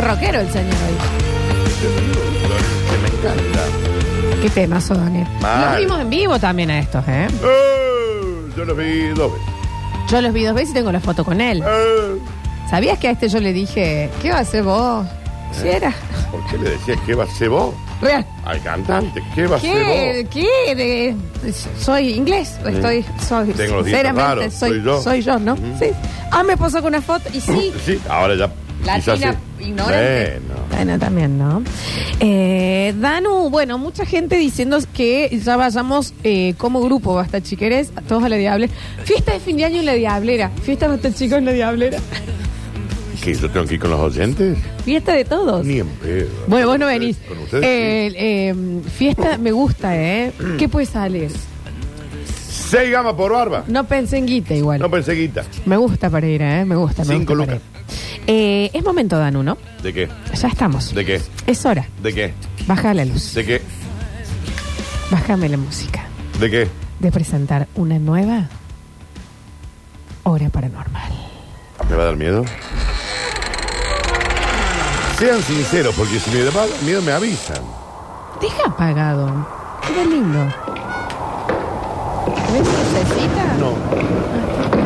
rockero el señor hoy. Que me encanta. Qué temazo, Daniel. Mal. Los vimos en vivo también a estos, ¿eh? Eh, yo los vi dos veces. Yo los vi dos veces y tengo la foto con él. Eh, ¿Sabías que a este yo le dije, ¿qué vas a hacer vos? Si era. ¿Por qué le decías qué va a ser vos? Real. Al cantante, ¿qué va a ser ¿Qué? ¿Qué? De- soy inglés, estoy, soy, Tengo los dientes sinceramente, raros, soy, soy yo. ¿no? Ujú. Sí. Ah, me posó con una foto y sí. vos? Sí, ahora ya. quizás Latina, sí. ignorante. Bueno. Bueno, también, ¿no? Eh, Danu, bueno, mucha gente diciendo que ya vayamos eh, como grupo, basta chiqueres, todos a la diablera. Fiesta de fin de año en la diablera, fiesta basta chicos en la diablera, ¿Qué? ¿Yo tengo que ir con los oyentes? fiesta de todos. Ni en pedo. Pues Bueno, vos no venís. Con ustedes, Eh, eh, fiesta me gusta, ¿eh? ¿Qué puede salir? sí. Seis gamas por barba. No pensé en guita igual. No pensé guita. Me gusta para ir, ¿eh? Me gusta, me Cinco gusta para lucas. ir. Eh, es momento, Danu, ¿no? ¿De qué? Ya estamos. ¿De qué? Es hora. ¿De qué? Baja la luz. ¿De qué? Bájame la música. ¿De qué? De presentar una nueva hora paranormal. ¿Me va a dar miedo? Sean sinceros, porque si me da miedo me avisan. Deja apagado. Qué lindo. ¿Ves lucecita? No.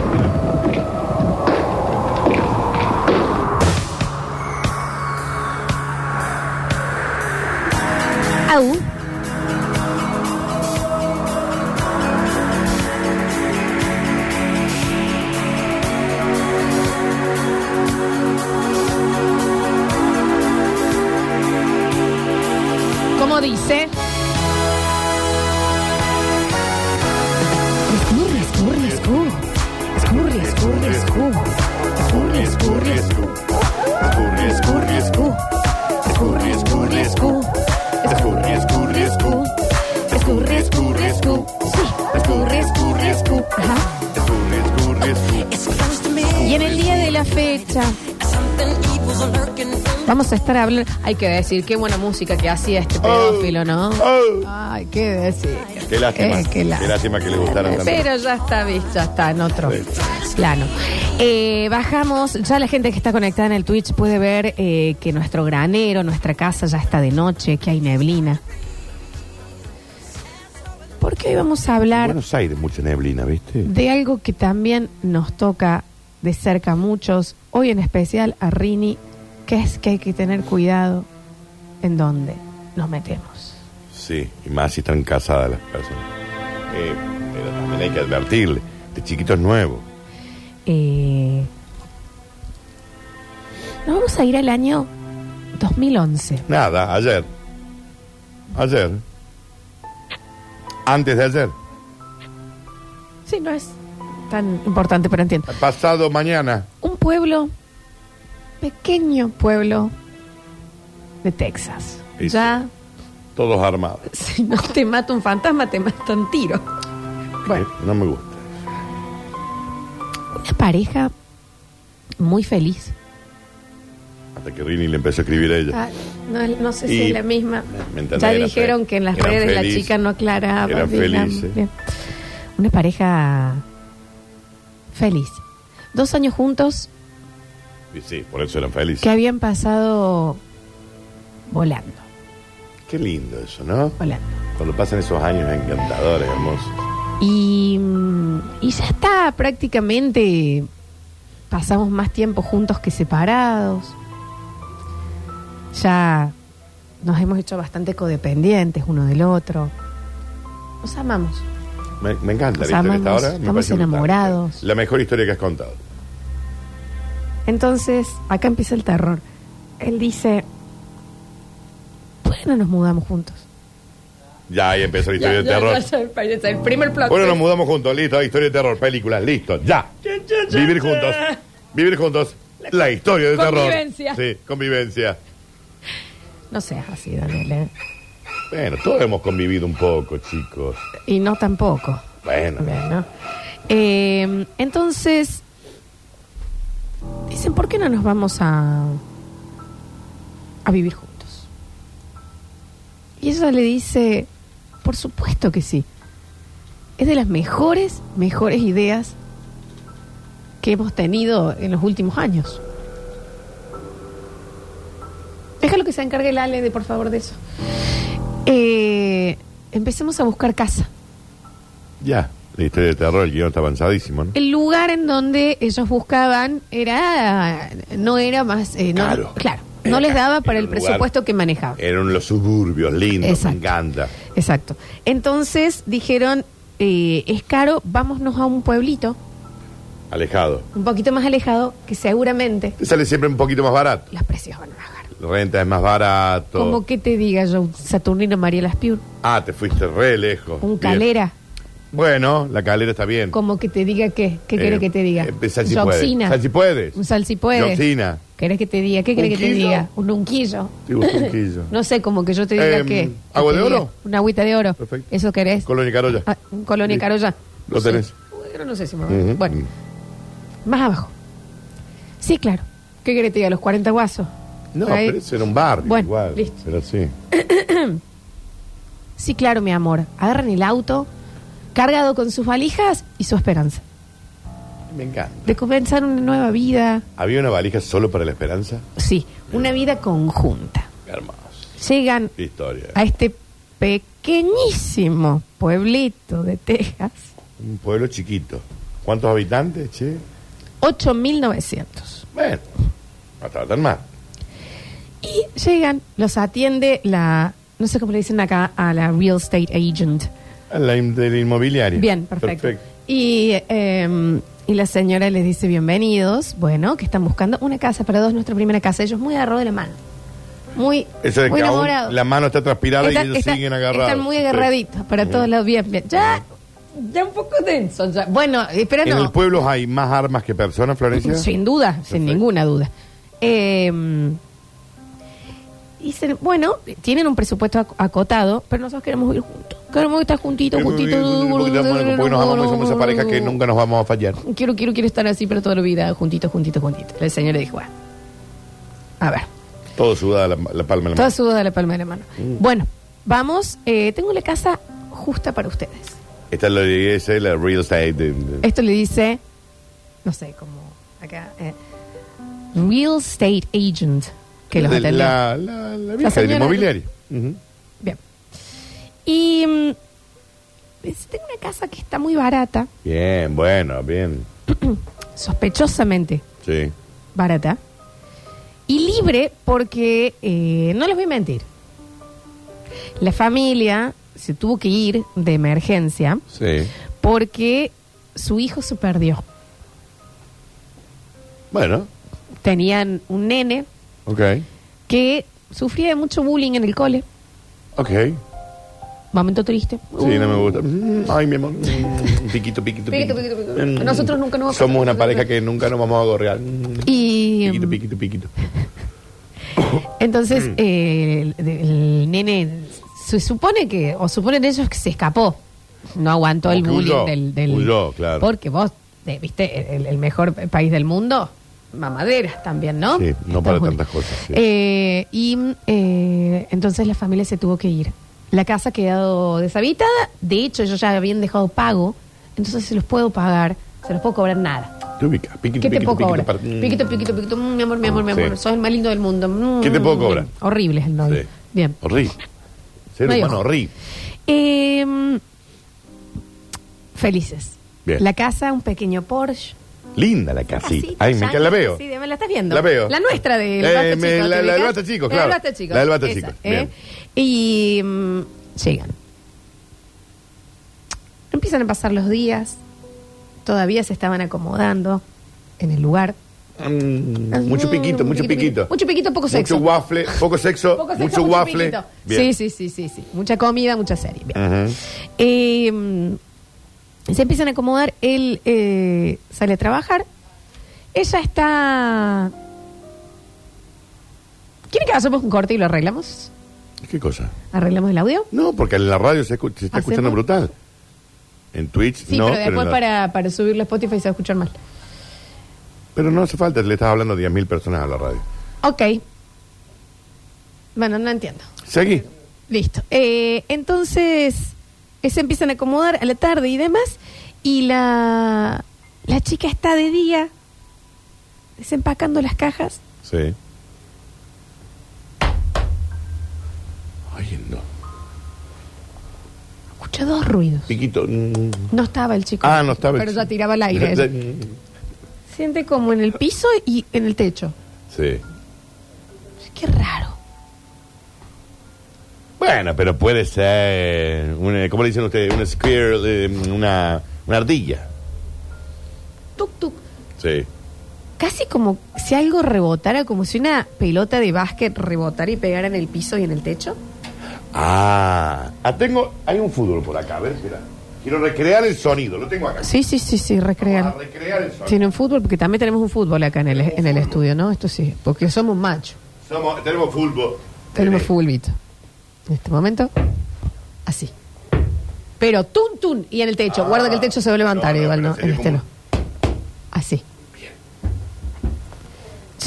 Au. ¿Cómo dice? Escurre, escurre, escurre. Escurre, escurre, escurre. Escurre, escurre, escurre. Escurri, escurri, escu. Escurri, escurri, escu. Escurri, escurri, escu. Escurri, escurri, escu. Escurri, escurri, escu. Ajá. Escurri, escurri, escu. Y en el día de la fecha vamos a estar hablando. Hay que decir qué buena música que hacía este pedófilo, ¿no? Oh. Ay, qué decir. Qué lástima. Eh, qué lástima. Qué lástima que le gustaran tanto. Pero ya está, ¿viste? ya está en otro plano. Eh, bajamos, ya la gente que está conectada en el Twitch puede ver eh, que nuestro granero, nuestra casa ya está de noche, que hay neblina. Porque hoy vamos a En hablar Buenos Aires, mucha neblina, ¿viste? de algo que también nos toca de cerca a muchos, hoy en especial a Rini, que es que hay que tener cuidado en dónde nos metemos. Sí, y más si están casadas las personas. Eh, pero también hay que advertirle. De chiquito es nuevo. Eh, nos vamos a ir al año 2011. Nada, ayer. Ayer. Antes de ayer. Sí, no es tan importante, pero entiendo. Pasado mañana. Un pueblo, pequeño pueblo de Texas. Sí, Ya, Todos armados. si no te mata un fantasma, te mata un tiro. Bueno, Eh, No me gusta. una pareja muy feliz. Hasta que Rini le empezó a escribir a ella. Ah, no, no sé si Y- es la misma. ¿Me entendés? Ya Eran dijeron fe- que en las eran redes la felices. chica no aclaraba. Eran digan, felices. bien. Una pareja feliz. Dos años juntos Y sí, por eso eran felices. que habían pasado volando, Qué lindo eso, ¿no? volando. Cuando pasan esos años encantadores, hermosos. Y, mm, y ya está, prácticamente pasamos más tiempo juntos que separados. Ya nos hemos hecho bastante codependientes uno del otro. Nos amamos. Me, me encanta Nos la historia amamos, hasta ahora. me estamos parece brutal. enamorados. La mejor historia que has contado. Entonces, acá empieza el terror. Él dice, ¿por qué no nos mudamos juntos? Ya ahí empezó la historia de terror. el primer plot. Bueno, nos mudamos juntos, listo, historia de terror, películas, listo, ya. Vivir juntos, vivir juntos, la historia de terror. Convivencia. Sí, convivencia. No seas así, Daniel. ¿eh? Bueno, todos hemos convivido un poco, chicos. Y no tampoco. Bueno, Bueno. Eh, entonces, dicen, ¿por qué no nos vamos a, a vivir juntos? Y ella le dice, por supuesto que sí. Es de las mejores, mejores ideas que hemos tenido en los últimos años. se encargue el Ale de por favor de eso. Eh, empecemos a buscar casa. Ya. La historia de terror, el guión está avanzadísimo, ¿no? El lugar en donde ellos buscaban era no era más eh, no- Claro. no les daba Era para un el lugar- Eh. presupuesto que manejaban. Eran los suburbios, lindos, me Exacto. encanta. Exacto. Entonces dijeron, eh, es caro, vámonos a un pueblito Alejado. un poquito más alejado que seguramente Te sale siempre un poquito más barato. los precios van a bajar. La renta es más barato. Como que te diga yo, un Saturnino María Laspiur, Ah, te fuiste re lejos. un Bien. Calera, Bueno, la calera está bien. como que te diga qué, qué querés Eh, que te diga. eh, sal si puedes. Sal si puedes. Un sal si puedes. Yoxina. ¿Querés que te diga? ¿Qué querés que te Unquillo. diga? Un unquillo. Te gusta un quillo. No sé, como que yo te diga Em, qué. ¿agua Que te de diga. oro? Una agüita de oro. Perfecto. ¿Eso querés? Colonia Carolla. Ah, un Colonia Sí. Carolla. Lo tenés. Sí. Bueno, no sé si me va a- Ujú. Bueno, más abajo. Sí, claro. ¿Qué querés que te diga? Los 40 guasos. No, Ahí. pero eso era un barrio Bueno, igual. listo. Pero sí. Sí, claro, mi amor. Agarran el auto, cargado con sus valijas y su esperanza. Me encanta. De comenzar una nueva vida. ¿Había una valija solo para la esperanza? Sí, una vida conjunta. Hermoso. Llegan Qué historia. a este pequeñísimo pueblito de Texas. Un pueblo chiquito. ¿Cuántos habitantes, che? 8.900. Bueno, no estaba tan mal. Y llegan, los atiende la, no sé cómo le dicen acá, a la real estate agent. A La in- de la inmobiliaria. Bien, perfecto. Y, eh, y la señora les dice, bienvenidos, bueno, que están buscando una casa para dos, nuestra primera casa. Ellos muy agarrados de la mano. Muy, Eso de muy que aún enamorados. la mano está transpirada Están- y ellos están- siguen agarrados. Están muy Sí. agarraditos para Mm. todos lados. Bien, bien. Ya, ya un poco denso. ya. Bueno, espera, ¿En no. el pueblo hay más armas que personas, Florencia? Sin duda, sin Perfecto. ninguna duda. Eh, dicen, bueno, tienen un presupuesto ac- acotado, pero nosotros queremos ir juntos. Queremos estar juntitos, juntitos. Porque nos amamos y somos esa pareja que nunca nos vamos a fallar. Quiero, quiero, quiero estar así para toda la vida, juntitos, juntitos, juntitos. El señor le dijo, bueno, a ver, Todo sudada la, la palma de la toda mano. sudada la palma de la mano. Mm. Bueno, vamos, eh, tengo la casa justa para ustedes. Esta es la iglesia, la real estate. de- de- Esto le dice, no sé, como acá, eh, real estate agent que los de atendió. la, la, la vieja del señora- inmobiliario. Ujú. Bien. Y mm, dice, tengo una casa que está muy barata, Bien, bueno, bien. sospechosamente Sí. barata, y libre porque, eh, no les voy a mentir, la familia se tuvo que ir de emergencia Sí. porque su hijo se perdió. Bueno, Tenían un nene ok. que sufría de mucho bullying en el cole, Ok. Sí, momento triste. no me gusta. Mm, Ay, mi amor. Mm, Piquito, piquito, Piquito, piquito. piquito, piquito. Mm. Nosotros nunca nos vamos a- Somos una pareja que nunca nos vamos a gorrear. Mm. Y, Piquito, Mm. mm, piquito, piquito. Entonces, eh, el, el nene se supone que, o suponen ellos que se escapó. No aguantó Como el que bullying huyó, del, del- huyó, claro. Porque vos, eh, viste, el, el mejor país del mundo, mamaderas también, ¿no? Sí, no para Estados tantas Unidos. cosas, sí. Eh, y mm, eh, entonces la familia se tuvo que ir. La casa ha quedado deshabitada. De hecho, ellos ya habían dejado pago. Entonces se los puedo pagar, se los puedo cobrar nada. Te ubicas. Piquito, ¿Qué te piquito, puedo piquito. cobrar? para- Mm. Piquito, piquito, piquito. Mm, mi amor, mi amor, mi Sí. amor. Sos el más lindo del mundo. Mm. ¿Qué te puedo cobrar? Horrible es el novio. Sí. Bien. Horrible. Ser No hay humano ojo. horrible. Eh, felices. Bien. La casa, un pequeño Porsche. Linda la casita. Casita, Ay, me encanta, la ya, veo. Sí, de- me la estás viendo. La veo. La nuestra del Eh, Basta me- Chicos, ¿te la- la del ubicas? Basta Chicos, La del claro. Basta Chicos. La del Basta esa, Chicos, ¿eh? bien. Y mm, llegan. Empiezan a pasar los días. Todavía se estaban acomodando en el lugar. Mm, mucho piquito, mucho piquito. Mucho piquito, poco sexo. Mucho waffle, poco sexo, Poco sexo, mucho mucho waffle. piquito. Bien. Sí, sí, sí, sí, sí. Mucha comida, mucha serie. Bien. Ujú. Eh, mm, se empiezan a acomodar, él eh, sale a trabajar, ella está... ¿Quiere que hagamos un corte y lo arreglamos? ¿Qué cosa? ¿Arreglamos el audio? No, porque en la radio se, escu- se está ¿Hacemos? escuchando brutal. En Twitch ¿Ah, Sí, no. pero después en la- para, para subirlo a Spotify se va a escuchar mal. pero no hace falta, le estás hablando a 10.000 personas a la radio. Ok. Bueno, no entiendo. Seguí. Listo. Eh, entonces, eh, se empiezan a acomodar a la tarde y demás. Y la, la chica está de día desempacando las cajas Sí. Ay, no. Escuché dos ruidos. Piquito. mm. No estaba el chico. Ah, no estaba. Pero ya tiraba el aire. Siente como en el piso y en el techo. Sí. Qué raro. Bueno, pero puede ser. Una, ¿Cómo le dicen ustedes? Una squirrel, eh, una, una ardilla. Tuk, tuk. Sí. Casi como si algo rebotara, como si una pelota de básquet rebotara y pegara en el piso y en el techo. Ah, ah, tengo. Hay un fútbol por acá, a ver, espera. Quiero recrear el sonido, lo tengo acá. Sí, sí, sí, sí, recrean. Vamos a recrear el sonido. Tienen fútbol, porque también tenemos un fútbol acá en el, Tenemos en el fútbol. estudio, ¿no? Esto sí, porque somos machos. Somos- tenemos fútbol. Tenemos Eh, fulbito. En este momento, así. Pero tun tun y en el techo. Ah. Guarda que el techo se va a levantar, No, no, igual pero no, sería en este como- no. Así.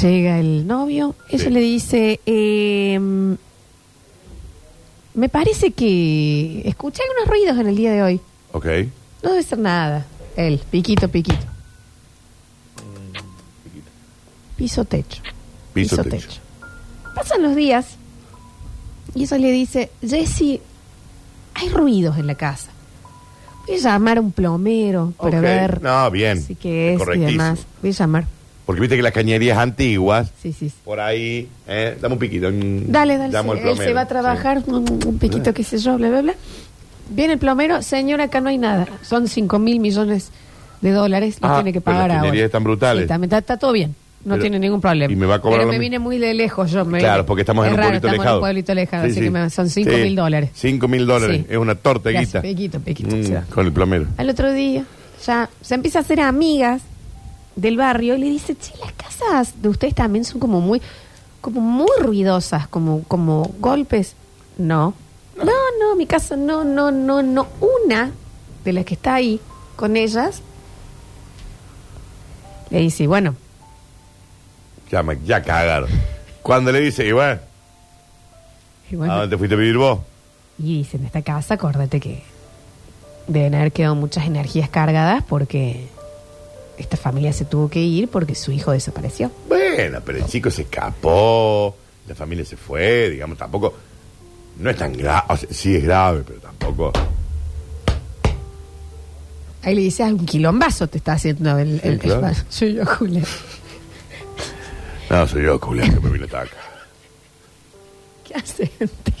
Llega el novio, ella Sí. le dice, ehm, me parece que escuché algunos ruidos en el día de hoy. Ok. No debe ser nada. Él, piquito, piquito. Piso techo. Piso, techo. Pasan los días y eso le dice, Jesse, hay ruidos en la casa. Voy a llamar a un plomero para Ok. ver No, bien. si que es y Correctísimo. demás. Voy a llamar. Porque viste que las cañerías antiguas, Sí, sí. sí. por ahí, eh, dame un piquito. mm, Dale, dale. Llamo sí. al Él plomero, se va a sí. Eh. trabajar, un, un piquito, qué sé yo, bla, bla, bla. Viene el plomero, señor, acá no hay nada. Son 5 mil millones de dólares, lo Ah, tiene que pero las pagar ahora. pinerías están brutales. Sí, también está, está todo bien. No Pero- tiene ningún problema. y me va a cobrar Pero lo me mismo. vine muy de lejos yo. Me Claro, porque estamos Es en un raro, pueblito estamos alejado. en un pueblito alejado, Sí, así sí. que me- son 5 Sí, mil dólares. 5 mil dólares, Sí. es una torta Gracias, eh, Pequito, guita. Pequito, Mm, se va. con el plomero. Al otro día, ya se empieza a hacer amigas del barrio y le dice, che, las casas de ustedes también son como muy, como muy ruidosas, como, como golpes. No. No, no, mi casa, no, no, no, no. Una de las que está ahí con ellas le dice, bueno, Ya, me- ya cagaron. Cuando le dice, Iván, y ¿a bueno. dónde te fuiste a vivir vos? Y dice, en esta casa, acuérdate que deben haber quedado muchas energías cargadas porque esta familia se tuvo que ir porque su hijo desapareció. Bueno, pero el chico se escapó, la familia se fue, digamos, tampoco. No es tan grave, sí es grave, pero tampoco. Ahí le dices, un quilombazo te está haciendo el... Sí, el- claro. el- Sí, yo, Julia. No, soy yo, Julián, que me vine hasta acá. ¿Qué hace? gente?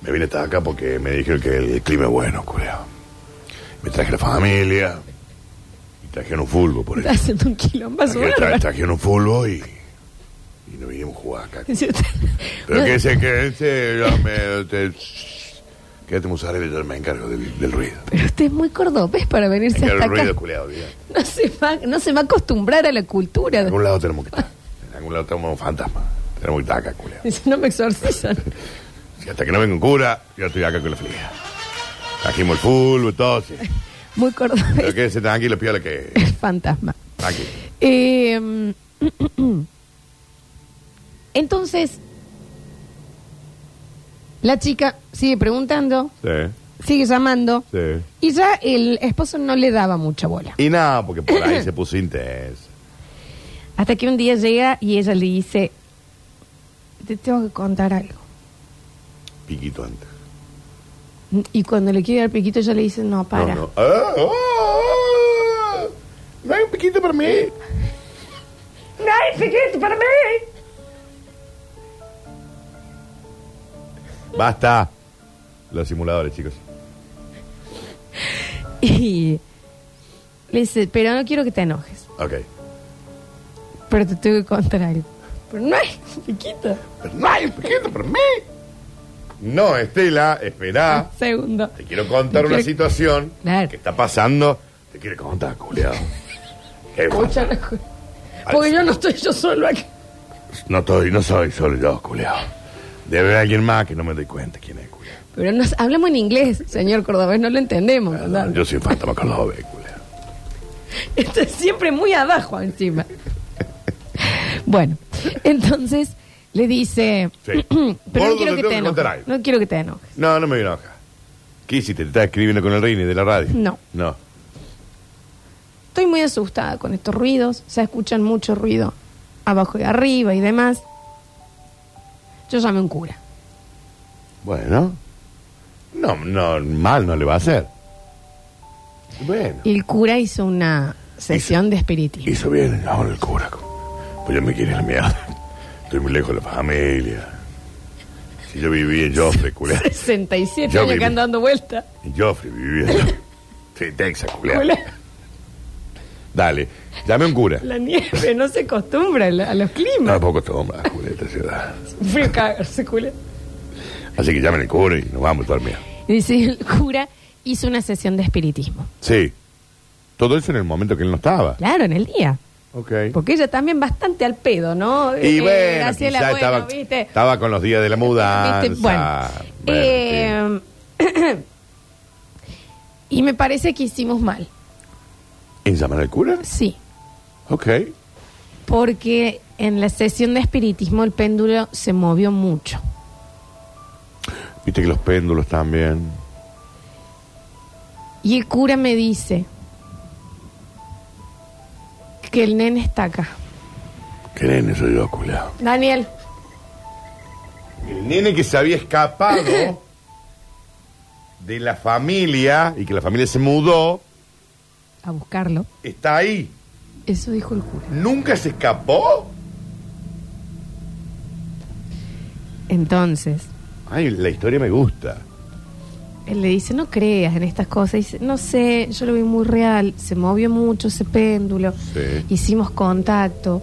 Me vine hasta acá porque me dijeron que el clima es bueno, Julián. Me traje la familia, me trajeron un fulbo por Está eso. haciendo un quilombazo. Traje- tra- bárbaro. trajeron un fulbo y, y nos vinimos a jugar acá. Sí, está- Pero No, que se quédense, yo me. Te, quédate, Musarela, yo me encargo del, del ruido. pero usted es muy cordobés para Me venirse encargo hasta del ruido, acá. culiado, olvidá. No se, va, no se va a acostumbrar a la cultura. En algún lado tenemos que estar. En algún lado tenemos un fantasma. Tenemos que estar acá, culiado. Dice, no me exorcizan. Si hasta que no venga un cura, yo estoy acá con la fría. Trajimos el fulbo y todo. sí. Muy Pero cordobés. quédense tranquilos, piola, que. El fantasma. Tranquilo. Eh, entonces, la chica sigue preguntando, Sí, sigue llamando, sí. y ya el esposo no le daba mucha bola. Y nada, porque por ahí se puso intenso. Hasta que un día llega y ella le dice, te tengo que contar algo. Piquito antes. Y cuando le quiere dar piquito, ella le dice, no, para. No, no. Ah, ah, ah. No hay un piquito para mí. hay piquito para mí! Basta. Los simuladores, chicos. Y le dice, pero no quiero que te enojes, Ok. pero te tengo que contar algo. Pero no hay piquito. Pero no hay un piquito para mí. No, Estela, espera. Segundo. Te quiero contar una Quiero- situación Claro. que está pasando. Te quiero contar, culiado. ¿Qué pasa? Escucha, no, Porque yo no estoy yo solo aquí. No estoy, no soy solo yo, culiado. Debe haber alguien más que no me doy cuenta quién es, culiado. Pero nos, hablamos en inglés, señor cordobés, no lo Ah, entendemos. ¿verdad? Yo soy un fantasma cordobés, culiado. Está siempre muy abajo encima. Bueno, entonces le dice, Sí. pero Gordo, no quiero te que te tengo que contar enojes. algo. No quiero que te enojes. No, no me voy a enojar. ¿Qué hiciste? ¿Te estás escribiendo con el Rini de la radio? No. No. Estoy muy asustada con estos ruidos, se escuchan mucho ruido abajo y arriba y demás. Yo llamé a un cura. Bueno. No, no, mal no le va a hacer. Bueno. Y el cura hizo una sesión de espiritismo. Hizo bien ahora el cura. como, Pues yo me quiero ir a la mierda. Estoy muy lejos de la familia. Si yo vivía en Joffre, culé. 67 Yo años viví. que andan dando vuelta. En Joffre vivía yo. Sí, Texas, culé. Dale, llame a un cura. La nieve no se acostumbra a, la- a los climas. Tampoco toma, culé, esta ciudad. Frío cagarse, culé. Así que llamen al cura y nos vamos a dormir. Y Dice, el cura hizo una sesión de espiritismo. Sí. Todo eso en el momento que él no estaba. Claro, en el día. Ok. Porque ella también bastante al pedo, ¿no? Y Eh, bueno, Graciela, quizá bueno, estaba, ¿viste? estaba con los días de la mudanza. ¿Viste? Bueno. Bueno, sí. Eh, y me parece que hicimos mal. ¿En llamar al cura? Sí. Ok. Porque en la sesión de espiritismo el péndulo se movió mucho. Viste que los péndulos también. Y el cura me dice que el nene está acá. ¿Qué nene soy yo, culiao? Daniel, El nene que se había escapado de la familia y que la familia se mudó, a buscarlo. está ahí. Eso dijo el cura. ¿Nunca se escapó? Entonces, Ay, la historia me gusta. él le dice, no creas en estas cosas. Dice, no sé, yo lo vi muy real. Se movió mucho ese péndulo. Sí. Hicimos contacto.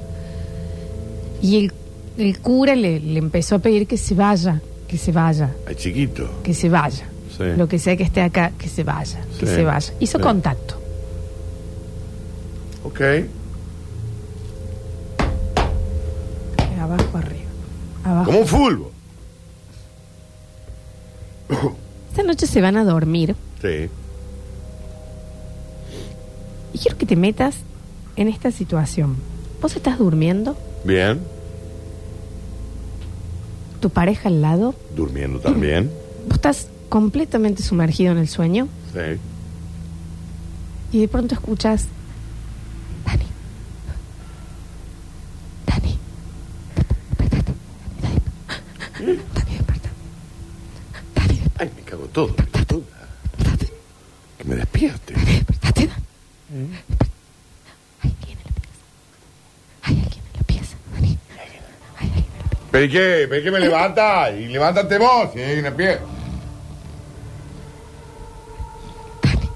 Y el, el cura le, le empezó a pedir que se vaya, que se vaya, Ay, chiquito. que se vaya. Sí. Lo que sea que esté acá, que se vaya, que Sí. se vaya. Hizo Sí. contacto. Ok. Abajo, arriba. Abajo. Como un fulbo. Esta noche se van a dormir Sí. y quiero que te metas en esta situación. Vos estás durmiendo, Bien. tu pareja al lado, Durmiendo también. vos estás completamente sumergido en el sueño Sí. y de pronto escuchas, Dani, Dani, despertate, Dani, Dani, desperta, Dani, despertate, Ay, me cago todo. me cago todo. Que me despierte. despertate, Dani. Mm. Hay alguien en la pieza, hay alguien en la pieza, Dani, hay alguien en la pieza. ¿Pero y qué? ¿Pero y qué me levanta? Y levántate vos, si hay una pie. Dani,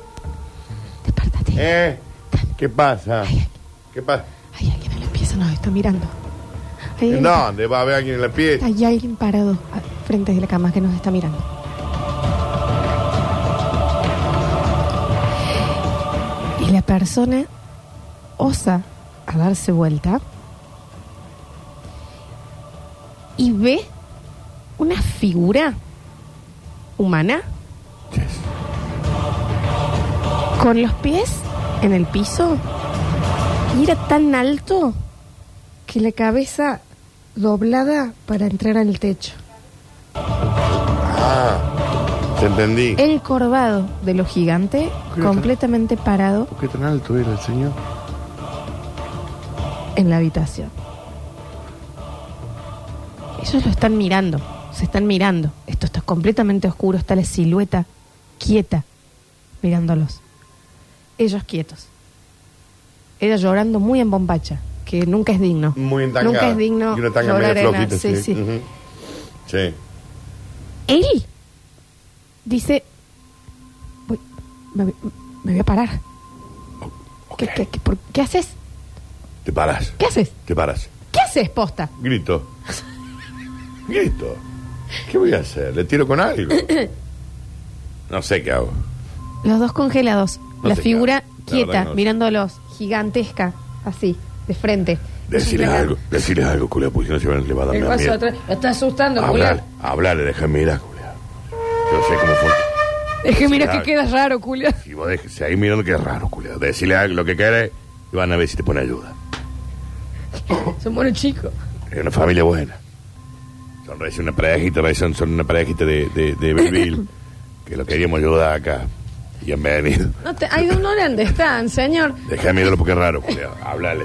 despertate. ¿Eh? ¿Qué pasa? ¿Qué pasa? Hay alguien en la pieza, nos está mirando. Hay ¿En alguien, dónde va a haber alguien en la pieza? hay alguien parado a- frente de la cama que nos está mirando. Y la persona osa a darse vuelta y ve una figura humana Yes. con los pies en el piso y era tan alto que la cabeza doblada para entrar al techo, Ah, te entendí. Eh. encorvado de lo gigante, Qué completamente parado ¿Por qué tan alto era el señor? en la habitación. Ellos lo están mirando, se están mirando. Esto está completamente oscuro, está la silueta quieta mirándolos. Ellos quietos. Ella llorando muy en bombacha, que nunca es digno. Muy entangado. Nunca es digno Y una tanga llorar medio en la- flojita, Mm. sí, sí. Ujú. Sí. Él dice, "Voy- me, voy- me voy a parar. Ok. ¿Qué, qué- qué- por- qué haces? Te paras. ¿Qué haces? Te paras. ¿Qué haces, posta? Grito. Grito. ¿Qué voy a hacer? ¿Le tiro con algo? No sé qué hago. Los dos congelados. No la sé, figura claro. La quieta, verdad que no sé. mirándolos, gigantesca, así, de frente. Decirles algo, decirles algo, culia, porque si no se van, le va a dar El una vaso mierda. atrás. Lo está asustando, Hablar, Julia. hablar, deja mirar, culia. Yo sé cómo fue. Es que mira Claro. que quedas raro, Julia. Si vos dejes ahí mirando que es raro, culia. Decirle algo, lo que querés y van a ver si te pone ayuda. Son buenos chicos. Es una familia buena. Son recién una parejita, recién son una parejita de, de, de Belleville, que lo queríamos ayudar acá. Y han venido. No te, hay un hora donde están, señor. Deja de mirarlo porque es raro, culia. Háblale,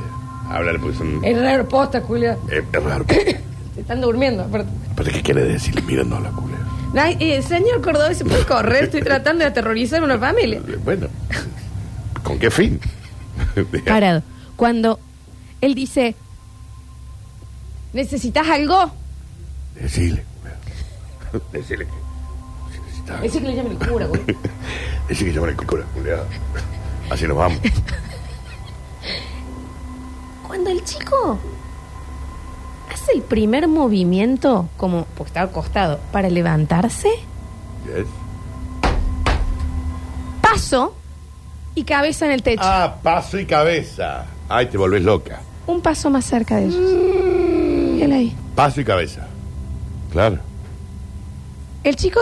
háblale porque son... Es, Es raro, posta, Julia. es raro. culia. Se están durmiendo. aparte. Aparte, ¿qué quiere decir mirando a la culia? Ay, eh, señor Cordobés, ¿se puede correr? Estoy tratando de aterrorizar a una familia. Eh, Bueno, ¿con qué fin? Parado. Cuando él dice, ¿necesitas algo? Decirle. Decirle que. si necesitaba- Ese que le llaman el cura, güey. Decirle que llaman al cura, culiao. Así nos vamos. Cuando el chico hace el primer movimiento, como porque está acostado, para levantarse, Yes. paso y cabeza en el techo. Ah, paso y cabeza. Ay, te volvés loca. Un paso más cerca de ellos. Y él ahí. Paso y cabeza. Claro. El chico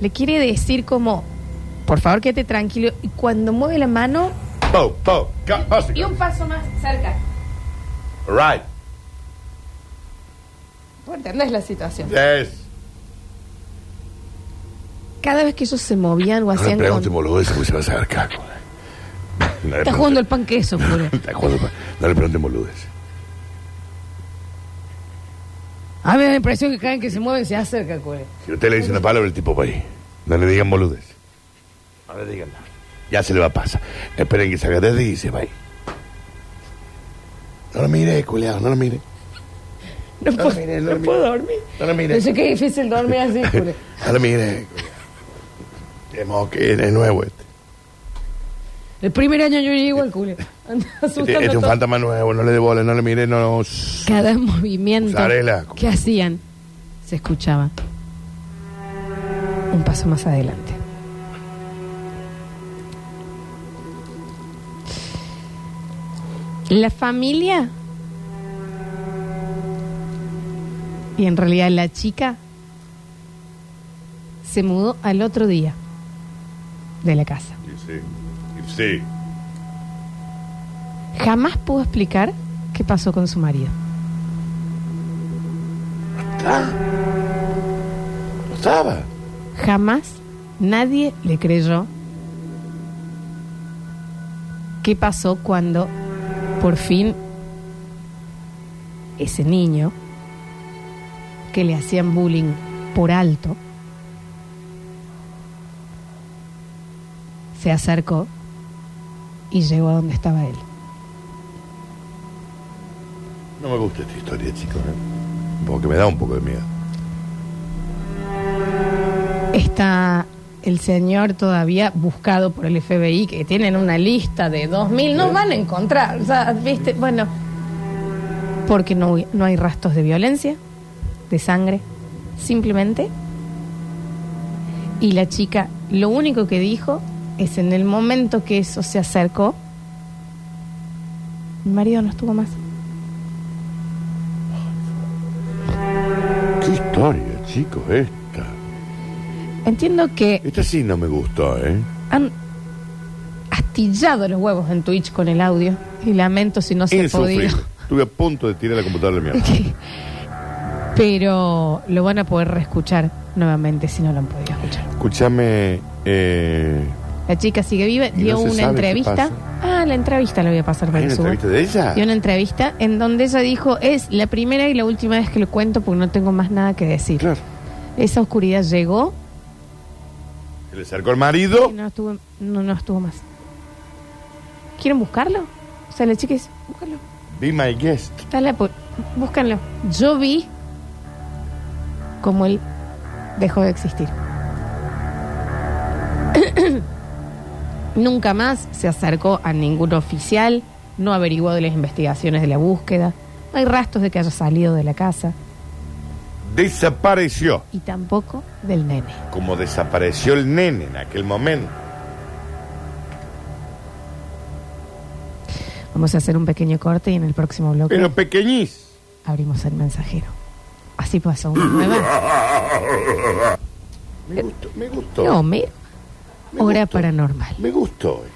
le quiere decir como, Ah, por favor, quédate tranquilo. Y cuando mueve la mano, Po, po, ca- paso y y un cabeza. paso más cerca. Right. ¿Vos entendés la situación? Yes. Cada vez que ellos se movían o No le hacían... preguntes con- boludeces porque se va a sacar caco. No le Está preguntes- jugando el pan queso, pura. Está jugando pa- No le preguntes boludeces. A mí me da la impresión que cada vez que se mueven se acerca, cura. Si usted le dice una palabra, el tipo va ahí. No le digan boludeces. No le digan nada. Ya se le va a pasar. Esperen que salga desde y se va ahí. No lo mire, culeado, no lo mire. No, No puedo, mire, no no mire. puedo dormir. No lo mire. No sé qué difícil dormir así, cura. No lo mire, culeado. Vemos que es nuevo este. El primer año yo llego al culo. Anda Este, asustando este a es un todos. fantasma nuevo, no le dé bola, no le mire, no. no. Shh. Cada movimiento Usarela. que hacían se escuchaba. Un paso más adelante. La familia y en realidad la chica se mudó al otro día de la casa. Sí, sí. Jamás pudo explicar qué pasó con su marido. No estaba. Jamás nadie le creyó qué pasó cuando por fin ese niño que le hacían bullying por alto se acercó y llegó a donde estaba él. No me gusta esta historia, chicos. ¿eh? Porque me da un poco de miedo. Está el señor todavía buscado por el FBI, que tienen una lista de 2.000, no van a encontrar, o sea, viste, bueno, porque no, hu- no hay rastros de violencia, de sangre, simplemente. Y la chica lo único que dijo es en el momento que eso se acercó, mi marido no estuvo más. ¿Qué historia, chicos, esta? Entiendo que Esta sí no me gustó, ¿eh? han astillado los huevos en Twitch con el audio y lamento si no se ha Insufrible. podido. Estuve a punto de tirar la computadora de mierda. Pero lo van a poder reescuchar nuevamente si no lo han podido escuchar. Escúchame, eh... La chica sigue viva, Y dio no se una sabe qué entrevista. pasa. Ah, la entrevista la voy a pasar para ¿Hay que una suba. entrevista de ella? Dio una entrevista en donde ella dijo, es la primera y la última vez que lo cuento porque no tengo más nada que decir. Claro. Esa oscuridad llegó Se le acercó el marido. y no estuvo, no, no estuvo más. ¿Quieren buscarlo? O sea, la chica dice, búscalo. Be my guest. Dale, pu- búscanlo. Yo vi como él dejó de existir. Nunca más se acercó a ningún oficial, no averiguó de las investigaciones de la búsqueda, no hay rastros de que haya salido de la casa Desapareció. y tampoco del nene. Como desapareció el nene en aquel momento. Vamos a hacer un pequeño corte y en el próximo bloque Pero pequeñiz. abrimos el mensajero. Así pasó una nueva Me gustó, me gustó. Eh, no, me- Me hora gustó. paranormal. Me gustó. eh.